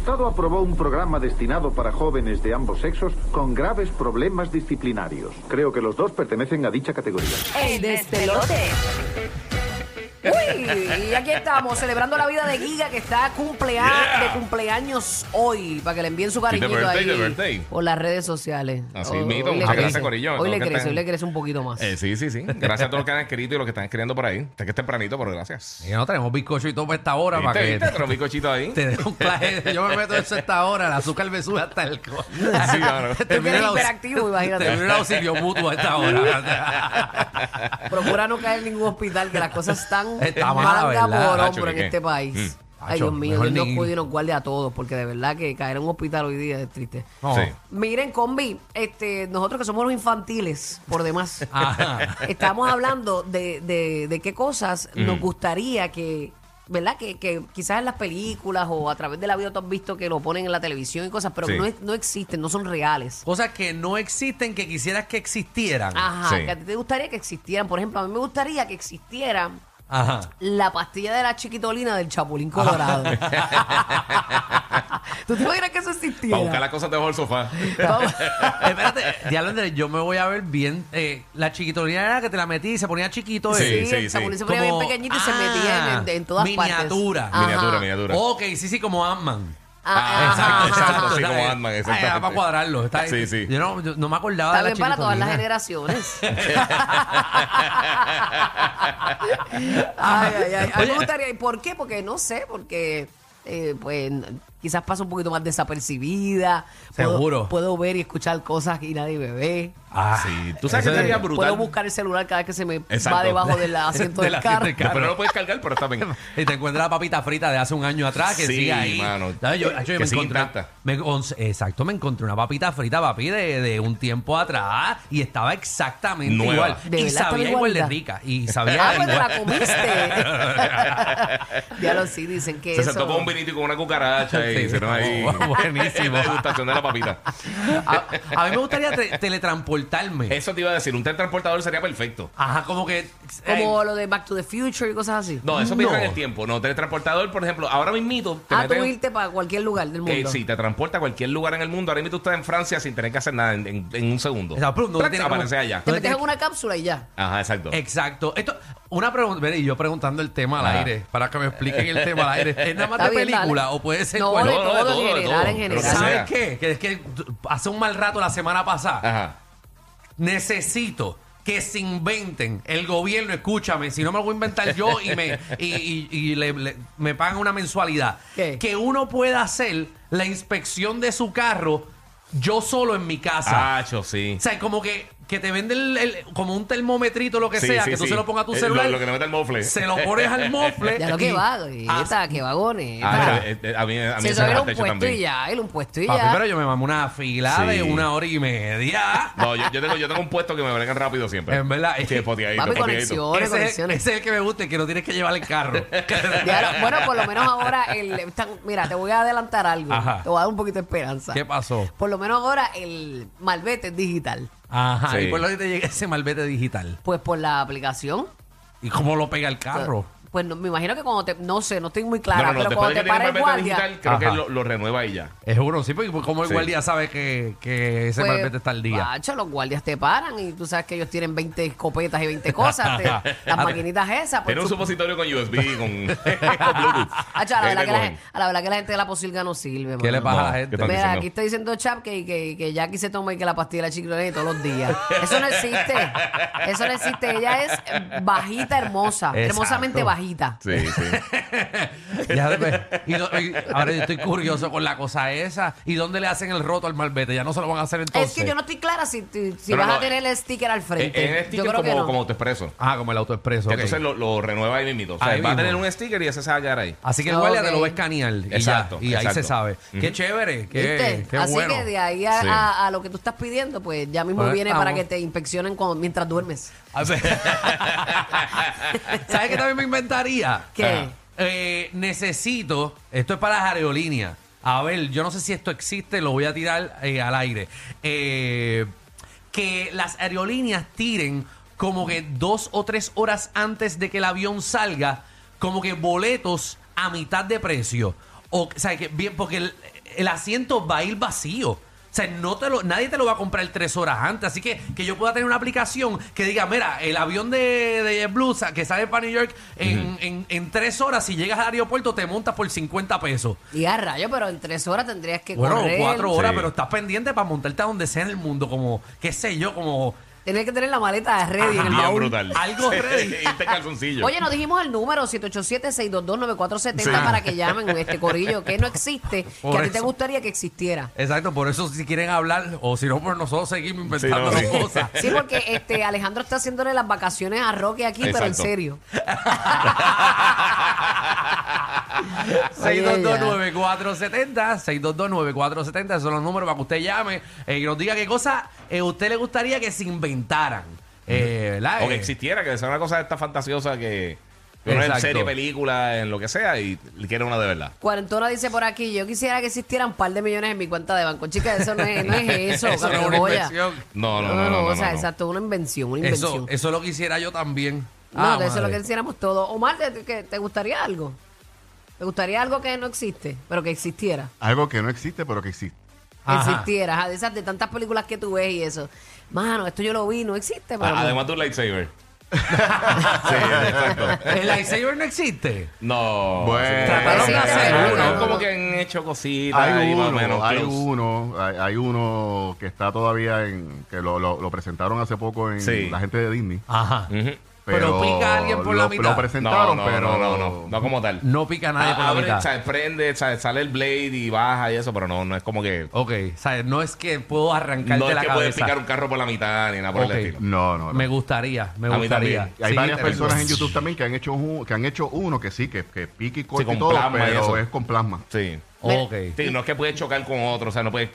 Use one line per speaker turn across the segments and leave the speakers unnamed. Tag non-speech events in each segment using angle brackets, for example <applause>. Estado aprobó un programa destinado para jóvenes de ambos sexos con graves problemas disciplinarios. Creo que los dos pertenecen a dicha categoría.
¡El despelote! Uy, y aquí estamos, celebrando la vida de Giga que está cumplea
Yeah.
de cumpleaños hoy, para que le envíen su cariñito
birthday,
ahí
the birthday.
por las redes sociales.
Así
Hoy-
mismo,
hoy le
muchas gracias,
crece,
corillo,
Hoy
todo
le
lo que
crece,
está-
hoy le crece un poquito más.
Eh, sí, sí, sí. Gracias a todos los que han escrito y los que están escribiendo por ahí. Hasta que esté tempranito, pero gracias.
Y no tenemos bizcocho y todo para esta hora para
¿Viste,
que
viste? Otro bizcochito ahí.
te dé un claje. de- Yo me meto eso a esta hora, el azúcar me sube hasta el co-
Sí,
<laughs>
claro.
Termino
Tú que eres
el aus-
hiperactivo,
Termino
imagínate.
el auxilio mutuo a esta hora.
Procura no caer en ningún hospital, que las cosas
<laughs>
están
Está mala,
manga
¿verdad?
por
Nacho,
hombro en
¿qué? Mm.
este país. Ay,
Nacho,
Dios mío,
mejor
Dios nos
ni-
cuide y nos guarde a todos, porque de verdad que caer en un hospital hoy día es triste.
<laughs> No.
Sí.
Miren, combi, este, nosotros que somos los infantiles, por demás,
<laughs>
Ajá.
estamos hablando de, de- de qué cosas
Mm.
nos gustaría que, ¿verdad? Que, que quizás en las películas o a través de la vida tú has visto que lo ponen en la televisión y cosas, pero
Sí.
que no, es- no existen, no son reales.
Cosas que no existen que quisieras que existieran.
Ajá,
Sí.
que a ti te gustaría que existieran. Por ejemplo, a mí me gustaría que existiera
Ajá. <laughs>
la pastilla de la chiquitolina del Chapulín
<laughs>
Colorado. ¿Tú te imaginas que eso existiera?
Para buscar las cosas debajo del
<laughs>
sofá. <laughs>
Vamos-
Espérate, diablo Andrés, yo me voy a ver bien. eh, la chiquitolina era que te la metí y se ponía chiquito.
Sí,
eh.
Sí, el
sí.
Chapulín se ponía bien
Como-
pequeñito y se
Ah,
metía en, en todas
miniatura.
partes.
Miniatura, miniatura.
Ok, sí, sí, como Ant-Man.
Ah,
Ajá,
exacto,
ajá.
exacto, sí,
Está
como
bien.
Ant-Man,
Ay,
exactamente.
era para cuadrarlo. Está
Sí, sí.
Yo no, yo no me acordaba
Está
de la
bien para todas las
chiquitolina.
generaciones. ay, ay, ay. A mí me gustaría, ¿y por qué? Porque no sé, porque eh, pues quizás pasa un poquito más desapercibida. Puedo-
Seguro.
Puedo, ver y escuchar cosas y nadie me ve.
Ah,
Sí, tú sabes
eso
que
es-
estaría brutal.
Puedo buscar el celular cada vez que se me va
Exacto.
debajo
<laughs>
del asiento del,
Del asiento
carro.
del
Pero no lo puedes cargar, pero está
<laughs>
bien.
Y te encuentras la papita frita de hace un año atrás que
Sí,
sigue ahí.
mano.
¿Sabes? Yo, yo
Que
me
sigue
encontré-
intacta.
me encon- exacto, me encontré una papita frita, papi, de, de un tiempo atrás y estaba exactamente
Nueva.
igual.
¿De verdad
y
estaba
sabía igual de
igualita?
rica. Y sabía
Ah, pues te
igual.
la
<laughs>
comiste. ya lo sí, dicen que
Se
eso...
sentó con un vinito y con una cucaracha
Sí.
y hicieron ahí.
Oh, buenísimo.
La <laughs> degustación de la papita.
a, <laughs> a mí me gustaría te- teletransportarme.
Eso te iba a decir, un teletransportador sería perfecto.
Ajá, como que. eh,
Como lo de Back to the Future y cosas así.
No, eso pierde
No.
el tiempo. No, teletransportador, por ejemplo, ahora mismito te
Ah, tú
metes-
irte para cualquier lugar del
Eh,
mundo.
sí, te transporta a cualquier lugar en el mundo. Ahora mismo tú estás en Francia sin tener que hacer nada en, en- en un segundo.
Exacto, pero no
Plac,
tiene
aparece
como-
allá.
Te
¿Dónde
metes
tienes
en una cápsula y ya.
Ajá, exacto.
Eh, Exacto. Esto, una pregunta, mira, y yo preguntando el tema al
Ajá.
aire, para que me expliquen el tema al aire. ¿Es nada más
Está
de
bien,
película
dale.
o puede ser
No,
cualquier-
de todo,
de todo,
en
de
general,
todo.
en
Pero que
general.
sea. Ah.
¿Sabes qué? Que es que hace un mal rato la semana pasada.
Ajá.
necesito que se inventen el gobierno, escúchame, si no me lo voy a inventar yo y me, y, y- y le- le- me pagan una mensualidad,
¿Qué?
que uno pueda hacer la inspección de su carro yo solo en mi casa.
Acho, sí.
O sea, como que, que te venden el- el- como un termometrito, lo que
Sí,
sea,
sí,
que tú
sí.
se lo pongas a tu
Eh,
celular.
lo- lo que le mete al mofle.
Se lo pones
<laughs>
al mofle.
Ya lo
y-
que va,
Ah,
esta, que vagoneta.
Ah, eh, eh, a mí, a mí
Si eso
eso me
era
da
un
techo
puesto
también.
y ya, era un puesto y
Papi,
ya.
pero yo me mamo una fila de
Sí.
una hora
<laughs>
y media.
No, yo, yo tengo, yo tengo un puesto que me bregan rápido siempre.
En verdad. eh,
Sí, espoteadito,
Papi,
espoteadito.
conexión.
Ese es el- ese,
conexiones.
es el que me gusta, el que no tienes que llevar
<laughs>
el carro.
Ya lo- bueno, por lo menos ahora, el, están- mira, te voy a adelantar algo.
Ajá.
Te voy a dar un poquito de esperanza.
¿Qué pasó?
Por lo menos ahora el malvete es digital.
Ajá,
Sí.
y por lo que te llega ese malvete digital.
Pues por la aplicación.
¿Y cómo lo pega el carro?
Pues no- me imagino que cuando te... No sé, no estoy muy
No,
clara,
no,
pero
no, después
cuando
de que
te
tiene
para el
malvete
guardia...
digital, creo
Ajá.
que lo, lo renueva y ya.
Es uno, sí, porque como el
Sí.
guardia sabe que, que ese
pues,
malvete está al día.
macho, los guardias te paran y tú sabes que ellos tienen 20 escopetas y 20 cosas.
<laughs>
te- las maquinitas esas. Pues,
Tiene un
tú-
supositorio con USB, con, <laughs> con Bluetooth.
Macho, a, la verdad
Ahí te
que la,
cogen.
gen- a la verdad que la gente de la posilga no sirve.
¿Qué le
mano.
pasa
No,
a la
¿qué
gente?
tal?
Mira,
diciendo?
aquí está diciendo Chap que, que, que Jackie se toma y que la pastilla de chicle todos los días. Eso no existe. Eso no existe. Ella es bajita, hermosa.
Exacto.
Hermosamente bajita.
Sí,
<laughs>
sí.
Ya, ve- y no- y ahora yo estoy curioso con la cosa esa. ¿Y dónde le hacen el roto al malvete? Ya no se lo van a hacer entonces.
es que yo no estoy clara si, tú- si
Pero
vas a
no,
tener el sticker al frente.
Es
yo
sticker
creo que
como,
no.
como autoexpreso.
Ah, como el autoexpreso. ok.
Entonces lo, lo renueva ahí mismito. O sea,
Ahí
va a
mismo.
tener un sticker y ese se va a quedar ahí.
Así que el
Ah,
guardia
ok.
te lo va a escanear. Y, ya,
Exacto,
y ahí
exacto.
se sabe. Qué chévere, qué,
¿Viste?
qué
Así
bueno. ah,
que de ahí a,
Sí.
a- a lo que tú estás pidiendo, pues ya mismo
Ahora
viene
estamos.
para que te inspeccionen cuando- mientras duermes.
A ver. <laughs> ¿Sabes qué también me inventaría?
¿Qué?
Ajá. Eh, necesito, esto es para las aerolíneas. A ver, yo no sé si esto existe, lo voy a tirar eh, al aire. Eh, que las aerolíneas tiren como que dos o tres horas antes de que el avión salga, como que boletos a mitad de precio. O, o sea, que bien, porque el- el asiento va a ir vacío. O sea, no te lo, nadie te lo va a comprar tres horas antes. Así que que yo pueda tener una aplicación que diga, mira, el avión de, de JetBlue sa- que sale para New York en, en- en tres horas, si llegas al aeropuerto, te montas por 50 pesos.
Y a rayo, pero en tres horas tendrías que
Bueno,
correr.
cuatro horas,
Sí.
pero estás pendiente para montarte a donde sea en el mundo, como, qué sé yo, como
Tienes que tener la maleta ready en el
Bien
baúl.
brutal.
Algo ready.
y <laughs> este calzoncillo.
Oye, nos dijimos el número 787-622-9470
Sí.
para que llamen este corillo que no
<laughs>
existe,
Por
que a ti te
eso.
gustaría que
<laughs>
existiera.
Exacto, por eso si quieren hablar, o si no, pues nosotros seguimos inventando
Sí, no, sí.
cosas.
Sí, porque este Alejandro está haciéndole las vacaciones a Rocky aquí, pero en
Exacto.
serio.
6229470, 6229470, esos son los números para que usted llame eh, y nos diga qué cosa eh, usted le gustaría que se inventaran. Eh, ¿verdad?
O que
Eh,
existiera, que sea una cosa de esta fantasiosa que que uno ve en
Exacto.
serie, película, en lo que sea, y quiere una de verdad.
Cuarentona dice por aquí, yo quisiera que existieran un par de millones en mi cuenta de banco. Chica, eso no es, no es eso,
<laughs> Eso no es
cabrón,
una
joya.
inversión.
No, no, no. no, no,
o sea,
no.
exacto, una invención, una
Eso,
invención.
eso lo quisiera yo también.
no,
Ah,
que eso es lo
madre.
que quisiéramos todos. Omar, ¿te, que- ¿te gustaría algo? ¿Te gustaría algo que no existe, pero que existiera?
Algo que no existe, pero que
<laughs>
existe.
Que
Ajá.
existiera, ajá, de esas de tantas películas que tú ves y eso. Mano, esto yo lo vi, no existe, pero
Ah, Además, tu lightsaber. sí, exacto.
El lightsaber no existe.
No.
Bueno.
Trataron de
Existe,
hacer
pero
uno.
No, como que han hecho cositas
Hay
ahí, más o
uno,
menos.
hay
close.
uno, hay, hay uno que está todavía en, que lo, lo- lo presentaron hace poco en
Sí.
la gente de Disney.
Ajá.
Ujú.
Pero pica a alguien por la
lo-
mitad.
Lo presentaron,
no, no,
pero
No, no, no. No como tal.
No pica nadie por
Ah,
la
abre,
mitad.
o sea, prende, o sea, sale el blade y baja y eso, pero no, no es como que.
Ok, o sea, no es que puedo arrancarte
No es
la
que puedes
cabeza.
picar un carro por la mitad ni nada por
Ok.
el estilo.
No, no, no.
Me gustaría, me
A mí
gustaría.
también.
Y hay
Sí,
varias
tremendo.
personas en YouTube también que han hecho un- que han hecho uno que sí, que, que pique y corta
con
y todo,
plasma y eso.
pero es con plasma.
Sí.
Ok.
Sí, no es que puedes chocar con otro, o sea, no puedes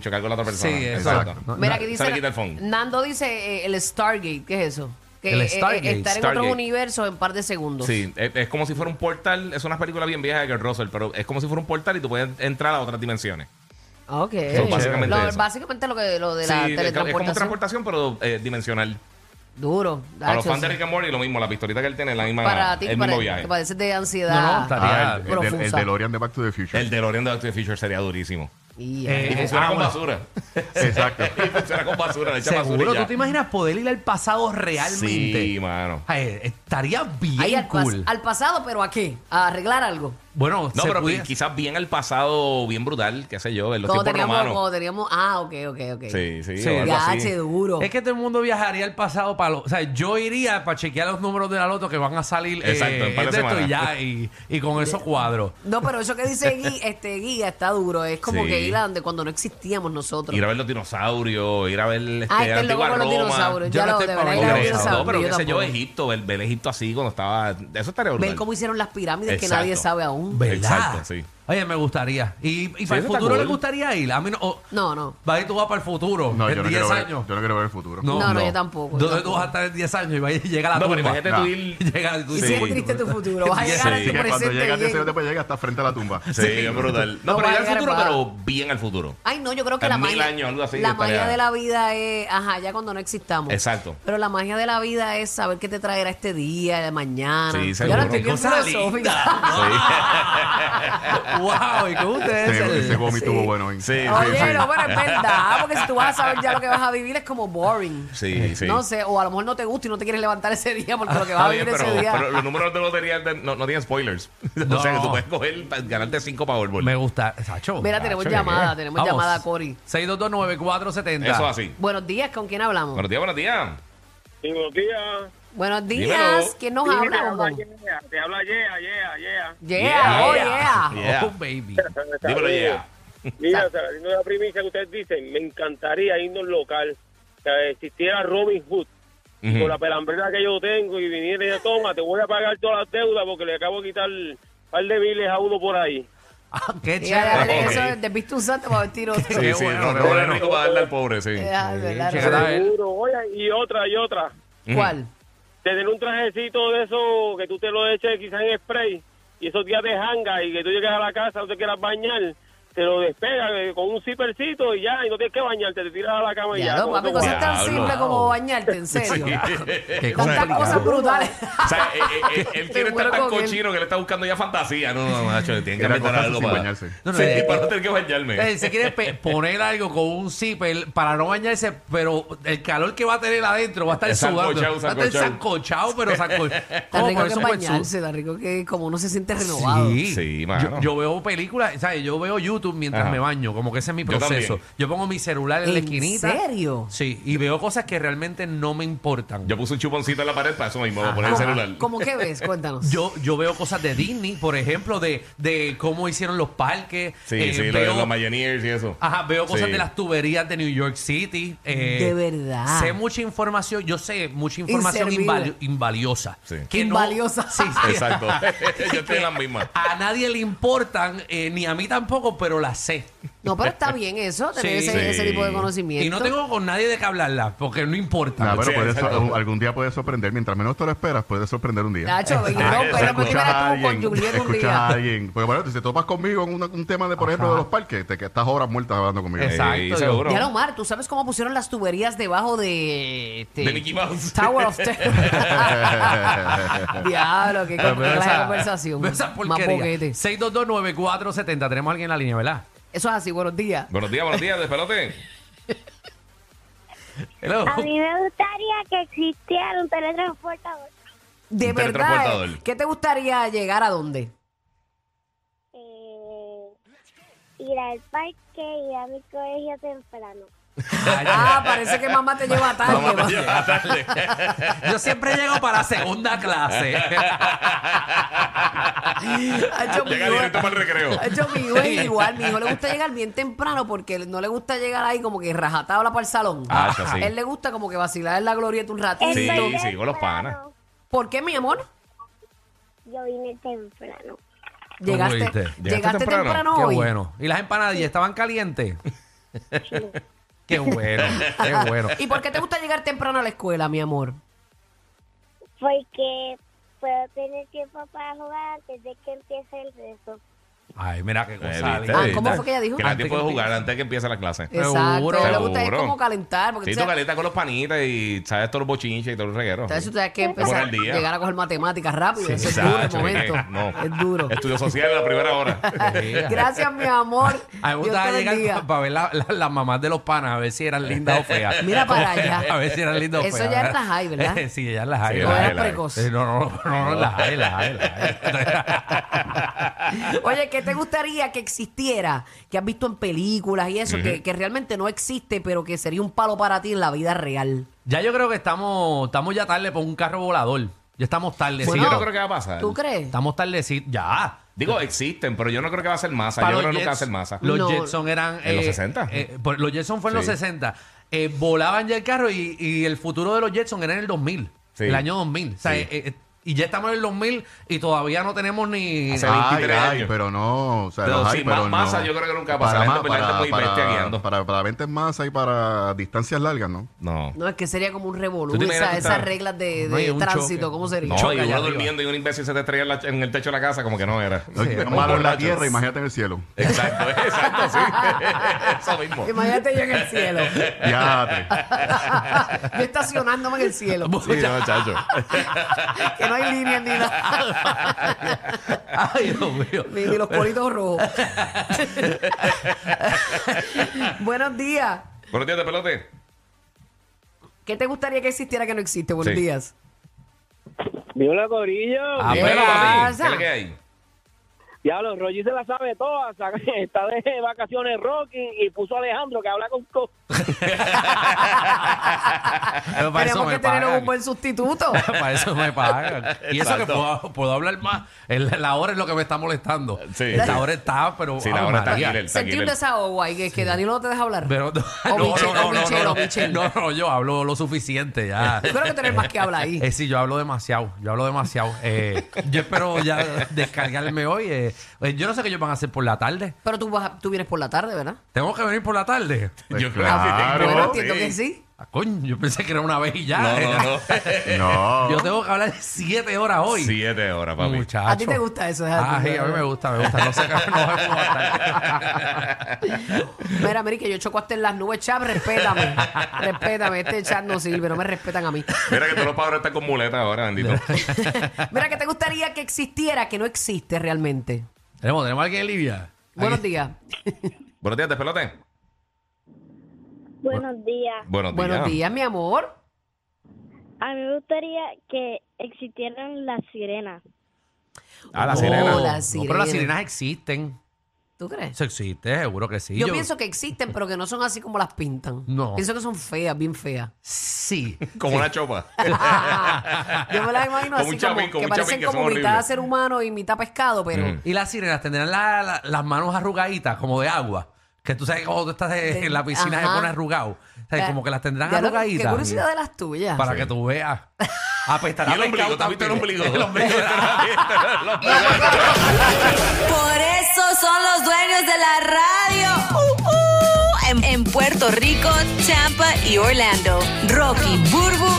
chocar con la otra persona.
Sí, exacto. No,
Mira, aquí
se
dice,
le quita el phone.
Nando dice eh, el Stargate, ¿qué es eso? Que
El
eh, eh,
Stargate.
estar en
Stargate.
otros universos en par de segundos.
Sí, es, es como si fuera un portal, es una película bien vieja de Kurt Russell, pero es como si fuera un portal y tú puedes entrar a otras dimensiones.
Ah, Ok.
Eso es básicamente
lo,
eso.
básicamente lo que lo de
sí,
la
es- es, como
teletransportación.
transportación, pero eh, dimensional.
Duro.
a los
Nacho,
fans de
sí.
Rick and Morty, lo mismo, la pistolita que él tiene, la misma,
para ti
el
que
mismo
pare-
viaje.
que padeces de
No, no,
ansiedad.
está-
Ah, el, el,
Profunza.
el DeLorean de Back to the Future.
El DeLorean de Back to the Future sería durísimo.
Y-
Eh,
Y
eh,
funciona
ah,
con
bueno. <laughs>
basura.
Exacto.
<laughs> y funciona con basura, le echa
Seguro,
basura.
¿tú te imaginas poder ir al pasado realmente?
Sí, mano.
Ay, estaría bien
ahí al, pas-
cool.
al pasado, pero ¿a qué? ¿A arreglar algo?
Bueno,
No,
se
pero
pudiera-
quizás bien al pasado, bien brutal, qué sé yo, en los
Cuando
tiempos
teníamos,
romanos.
cuando teníamos... Ah, ok, ok, ok.
Sí, sí,
Sí.
o algo
Ya,
así.
che, duro.
es que todo el mundo viajaría al pasado para... lo- O sea, yo iría para chequear los números de la loto que van a salir eh,
Exacto, en par de
de esto y
semanas.
ya, y, y con esos cuadros.
No, pero eso que dice
<laughs>
Gui- este, Guía está duro. Es como
Sí.
que ir a donde cuando no existíamos nosotros.
Ir a ver los dinosaurios, ir a ver este,
Ah, este es loco
antigua
con los
Roma.
dinosaurios.
Yo
Ya
no
lo
estoy
de
pa'
verdad,
ver
ir a los
eso.
dinosaurios.
No, pero qué sé yo,
tampoco.
Egipto, ver, ver Egipto así cuando estaba. Eso estaría brutal.
Ver cómo hicieron las pirámides que
Exacto.
nadie sabe aún.
¿Verdad?
Exacto, sí.
Oye, me gustaría. ¿Y, y
eso
para el
está
futuro le
cool.
gustaría ir? A mí no... o-
No, no.
Va y tú vas para el futuro.
No,
en
yo no,
10
quiero ver,
años.
yo no quiero ver el futuro.
No, no, yo tampoco, yo
¿Dónde tú
tampoco.
vas a estar en 10 años y va a llegar a la
No, pero
tumba?
imagínate tú
Nah.
ir.
<laughs> Llega a tu
Y
Sí.
si es triste tu futuro, vas a
Sí.
llegar a
Sí,
tu
Así que cuando
presente
llegas de ese
bien.
después llegas hasta frente a la tumba.
Sí, bien brutal. No,
No
pero
va a
ir al
llegar
futuro,
para-
pero bien al futuro.
Ay, no, yo creo que
En
la
mil
magia,
años, algo así,
la
estaría-
magia de la vida es, ajá, ya cuando no existamos.
Exacto.
Pero la magia de la vida es saber qué te traerá este día, de mañana.
Sí,
Yo
seguro.
ahora estoy
Qué
bien
cosa
filosófica. <laughs>
wow, ¿y cómo ustedes?
Ese,
el-
ese gomi
Sí.
estuvo bueno hoy.
Sí, sí,
Oye, no, pero es verdad, porque si tú vas a saber ya lo que vas a vivir es como boring.
Sí, sí.
No sé, o a lo mejor no te gusta y no te quieres levantar ese día porque lo que vas
Está
a
bien,
vivir
pero,
ese día.
pero los números de lotería de- no, no tienen spoilers.
No.
o sea, que tú puedes coger, pa- ganarte 5 Powerball.
Me gusta. Sacho.
Mira, tenemos
Chacho,
llamada,
¿qué?
tenemos llamada, Cory.
6229470.
Eso así.
Buenos días, ¿con quién hablamos?
Buenos días, buenos días.
Sí, buenos días.
Buenos días,
Dímelo.
¿quién nos
Sí, te
habla?
habla
bombón?
Yea, Te habla Yea, Yea, Yea.
Yeah,
Yeah.
oh yeah.
Yeah.
Oh,
<laughs>
baby.
Dímelo,
Saludos.
ya.
Mira, saliendo de la primicia que ustedes dicen, me encantaría irnos local. Que existiera Robin Hood.
Ujú.
Con la pelambrera que yo tengo y viniera y dice, toma, te voy a pagar todas las deudas porque le acabo de quitar un par de miles a uno por ahí.
Ah, qué
Yeah,
chévere.
dale,
Ok.
<laughs>
Eso es de viste un santo para vestir otro.
Sí,
Qué
sí,
bueno,
no,
qué
no,
bueno.
rico para darle al pobre, sí.
Yeah, de verdad,
Sí,
de
checa
verdad.
la-
eh.
ver.
Seguro, oye, y otra, y otra.
¿Cuál?
Tener un trajecito de eso que tú te lo eches quizás en spray y esos días de hanga y que tú llegues a la casa, no te quieras bañar te lo despegan eh, con un cipercito y ya, y no tienes que bañarte, te tiras a la cama y ya.
Ya, no,
no,
papi,
no
cosas
bañas.
tan
Diablo.
simples como bañarte, en serio.
Qué
Tantas
complicado.
cosas brutales.
O sea, eh, eh,
<laughs>
eh, él quiere
muero
estar tan
con él.
cochino que le está buscando ya fantasía. No, no, macho, tiene que
Era
inventar
cosa
algo
sin
para
bañarse.
No, no,
sí,
eh,
para no
eh,
tener que bañarme.
Eh, se quiere pe- poner algo con un zipper para no bañarse, pero el calor que va a tener adentro va a estar
Es
sudando.
sancochado,
Va a estar
sancochado.
sancochado, pero sancochado.
Tan rico que bañarse, tan rico que como uno se siente renovado.
Sí,
Sí, mano.
yo, yo veo películas, ¿sabes? Yo veo YouTube mientras
Ajá.
me baño, como que ese es mi
Yo
proceso. Yo,
también.
pongo mi celular en, la
¿En
esquinita.
serio?
Sí, y veo cosas que realmente no me importan.
Yo puse un chuponcito en la pared para eso mismo, para poner el
¿Cómo-
celular.
¿Cómo que ves? Cuéntanos.
Yo, yo veo cosas de Disney, por ejemplo, de, de cómo hicieron los parques.
Sí,
eh,
sí, lo de
veo-
los Mayaneers y eso.
Ajá, veo cosas
Sí.
de las <laughs> tuberías de New York City. eh,
De verdad.
Sé mucha información, yo sé mucha información
Inservible.
invali- invaliosa.
Sí.
Que no-
Invaliosa.
sí, sí. <laughs>
Exacto. <laughs> Yo estoy en las mismas.
A nadie le importan, eh, ni a mí tampoco, pero las sé.
No, pero está bien eso, tener
Sí.
ese, ese tipo de
Sí.
conocimiento.
Y no tengo con nadie de que hablarlas, porque no importa.
Nah, pero
Sí,
puede so-
exacto.
algún día puede sorprender. Mientras menos te lo esperas, puede sorprender un día. Este,
Nacho, y no,
Ah,
pero me
escuchas
tiras
a
tú con
alguien,
Juliet un
escuchas
día.
a alguien. Porque bueno, si te topas conmigo en una- un tema de, por ejemplo, de los parques, te que estás horas muertas hablando conmigo.
Exacto.
Sí, seguro.
Ya, Omar, ¿tú sabes cómo pusieron las tuberías debajo de... este,
De Mickey Mouse.
Tower of
<laughs>
Terror. Diablo, qué
Pero
clase de
esa-
conversación.
pero <laughs> Esa
Más
porquería.
boquete.
6229470. Tenemos a alguien en la línea, ¿verdad?
Eso es así, buenos días.
Buenos días, buenos días, despelote.
Hello.
A
<laughs>
mí me gustaría que existiera un teletransportador.
De
Un
verdad,
teletransportador.
¿qué te gustaría llegar a dónde?
Eh, ir al parque y a mi colegio temprano.
Ah, parece que mamá te lleva tarde.
Mamá,
va.
te llevas tarde.
Yo siempre llego para la segunda clase.
Ha hecho mi
Llega
hijo-
directo para el
<laughs>
recreo.
ha hecho mi hijo es igual. Mi hijo le gusta llegar bien temprano porque no le gusta llegar ahí como que rajatabla para el salón.
Ah, eso sí.
Él le gusta como que vacilar en la glorieta un ratito.
Estoy
sí, con los panas.
temprano.
¿Por qué, mi amor?
Yo vine temprano.
Llegaste,
viste?
llegaste,
Llegaste
temprano,
temprano.
Qué
hoy.
bueno. ¿Y las empanadillas estaban calientes? Qué bueno, qué bueno.
¿Y por qué te gusta llegar temprano a la escuela, mi amor?
Porque puedo tener tiempo para jugar antes de que empiece el resto.
Ay, mira qué
Eh,
cosa.
¿viste?
Ah,
¿Viste?
¿cómo fue que ella dijo?
Que la
Antes
tiempo
que
de jugar
empiece.
antes que empiece la clase.
Exacto. A él le
Seguro.
gusta es como calentar. Porque
Sí,
tú
tú
sabes-
calientas con los panitas y sabes todos los bochinches y todos los regueros.
Entonces tú tienes que empezar a
Por el día.
llegar a coger matemáticas rápido. Eso es duro el
Chacho, ¿qué?
momento.
No.
Es duro.
Estudio social en la primera hora.
<laughs> Gracias, mi amor.
<laughs>
A mí me
Dios
gustaba
te bendiga.
llegar para ver la- la- las mamás de los panas, a ver si eran lindas o
<laughs>
feas.
Mira para allá.
<laughs> A ver si eran lindas o
Eso
feas.
ya es la high, ¿verdad?
<laughs> sí, ya es la high.
Sí,
la
O
la
high.
eras
high, la high.
precoz.
Eh, No, no, no, no, no, la high, la high, la high.
Oye, ¿qué te gustaría que existiera? Que has visto en películas y eso, que, que realmente no existe, pero que sería un palo para ti en la vida real.
<laughs> Ya yo creo que estamos, estamos ya tarde por un carro volador. Ya estamos
Sí,
tarde.
Bueno,
yo no creo que va a pasar.
¿Tú crees?
Estamos tarde, sí. Ya.
Digo, existen, pero yo no creo que va a ser masa.
Para
Yo
los
creo que nunca va a
Jets,
ser masa.
Los
No.
Jetson eran.
En los 60.
eh, por- los Jetson fue en
Sí.
los 60. Eh, volaban ya el carro y, y el futuro de los Jetson era en el 2000.
Sí.
El año 2000. O sea,
Sí.
eh, eh, y ya estamos en el 2000 y todavía no tenemos
<laughs>
ni. <laughs>
Hace
Ay,
23
ay,
años.
pero no. O sea,
Pero
los
sí,
hay,
más
pero
masa
no.
yo creo que nunca va a pasar. La gente-
ma-
la gente muy bestia guiando.
para, para ventas en masa y para distancias largas, ¿no?
No.
No, es que sería como un
¿Tú
revolú.
te
esa-
imaginas tú
esas
estar-
reglas de,
No,
de
y un
tránsito,
choque.
¿cómo sería?
No,
choca
y
allá
uno
arriba.
durmiendo y un imbécil se te estrella en, la- en el techo de la casa, como que no era.
Es
Como
malo en la
borracho.
tierra, imagínate en el cielo.
Exacto, <laughs> exacto, sí. Eso
<laughs>
mismo.
Imagínate yo en el cielo. <laughs>
Diatre.
yo estacionándome en el
<laughs>
cielo.
Sí, no, chacho.
que no hay líneas ni nada.
<laughs> Ay, Dios mío.
ni, ni los colitos rojos. <laughs> Buenos días.
Buenos días, de pelote.
¿Qué te gustaría que existiera que no existe? Buenos
Sí. <laughs>
días.
Viola Corillo.
Ah,
Dímelo,
bueno,
papi. ¿Qué
pasa?
es lo que hay?
Ya los Rogi se la sabe toda. <laughs> saca- Está de vacaciones Rocky y puso a Alejandro que habla con... con-
<laughs> Pero para eso
Tenemos
me
que tener
pagan.
un buen sustituto.
<laughs> Para eso me pagan. Y eso que
Exacto.
puedo, puedo hablar más. El- la hora es lo que me está molestando.
Sí.
La hora está, pero.
Sí, la
Ave
hora está
María.
killer, está
Sentí un
killer.
desahogo ahí, que, que Daniel no te deja hablar.
Pero <laughs> no,
O
no,
Michelle,
no,
o
no,
Michelle,
no,
o Michelle.
no, no, yo hablo lo suficiente ya.
Yo creo que tenés más que hablar ahí.
Eh, sí, yo hablo demasiado, yo hablo demasiado. Eh, yo espero ya descargarme hoy. eh. Eh, yo no sé qué ellos van a hacer por la tarde.
Pero tú, vas, a- tú vienes por la tarde, ¿verdad?
¿Tengo que venir por la tarde?
Pues
Yo creo que sí,
claro.
tengo-
Bueno, entiendo que sí.
Ah, coño, yo pensé que era una vez y ya.
No, no, no.
<laughs> No.
<laughs> Yo tengo que hablar siete horas hoy.
Siete horas, papi.
Muchacho.
A ti te gusta eso, es
Ah, sí, a mí me gusta, me gusta. No sé, <laughs> no sé cómo va a estar.
Mira, Mary, que yo choco hasta en las nubes, chap, respétame. <laughs> respétame, este chat no sirve, no me respetan a mí.
Mira que todos los padres están con muletas ahora, bendito.
Mira, que te gustaría que existiera, que no existe realmente.
Tenemos, tenemos a alguien en Libia.
Buenos
Aquí-
días.
Buenos días, despelote.
Buenos días.
Buenos días.
Buenos días, mi amor.
A mí me gustaría que existieran las sirenas.
Ah, la
No,
sirena.
Hola,
No, pero las
sirena.
sirenas existen.
¿Tú crees?
Eso existe, seguro que sí.
yo, pienso que existen, pero que no son así como las pintan.
No.
Pienso que son feas, bien feas.
Sí.
<laughs> Como una chopa.
<laughs> yo me las imagino
Como
así
un chapín,
como, que
como un
parecen
chapín, que
como
son
mitad
horribles.
ser humano y mitad pescado, pero...
Mm.
Y las sirenas tendrán la- la- las manos arrugaditas, como de agua. Que tú sabes que cuando tú estás eh,
De-
en la piscina
ajá.
se pone arrugado. O sea, como que las tendrán
Ya lo- Qué
arrugaditas.
curiosidad de las tuyas.
Para que tú
<laughs>
veas. Apestará
Y el ombligo,
pescado
¿te has visto el
también.
ombligo?
<laughs>
<laughs>
El ombligo.
Por eso son los dueños de la radio. Uh, uh. En, en Puerto Rico, Tampa y Orlando. Rocky, Burbu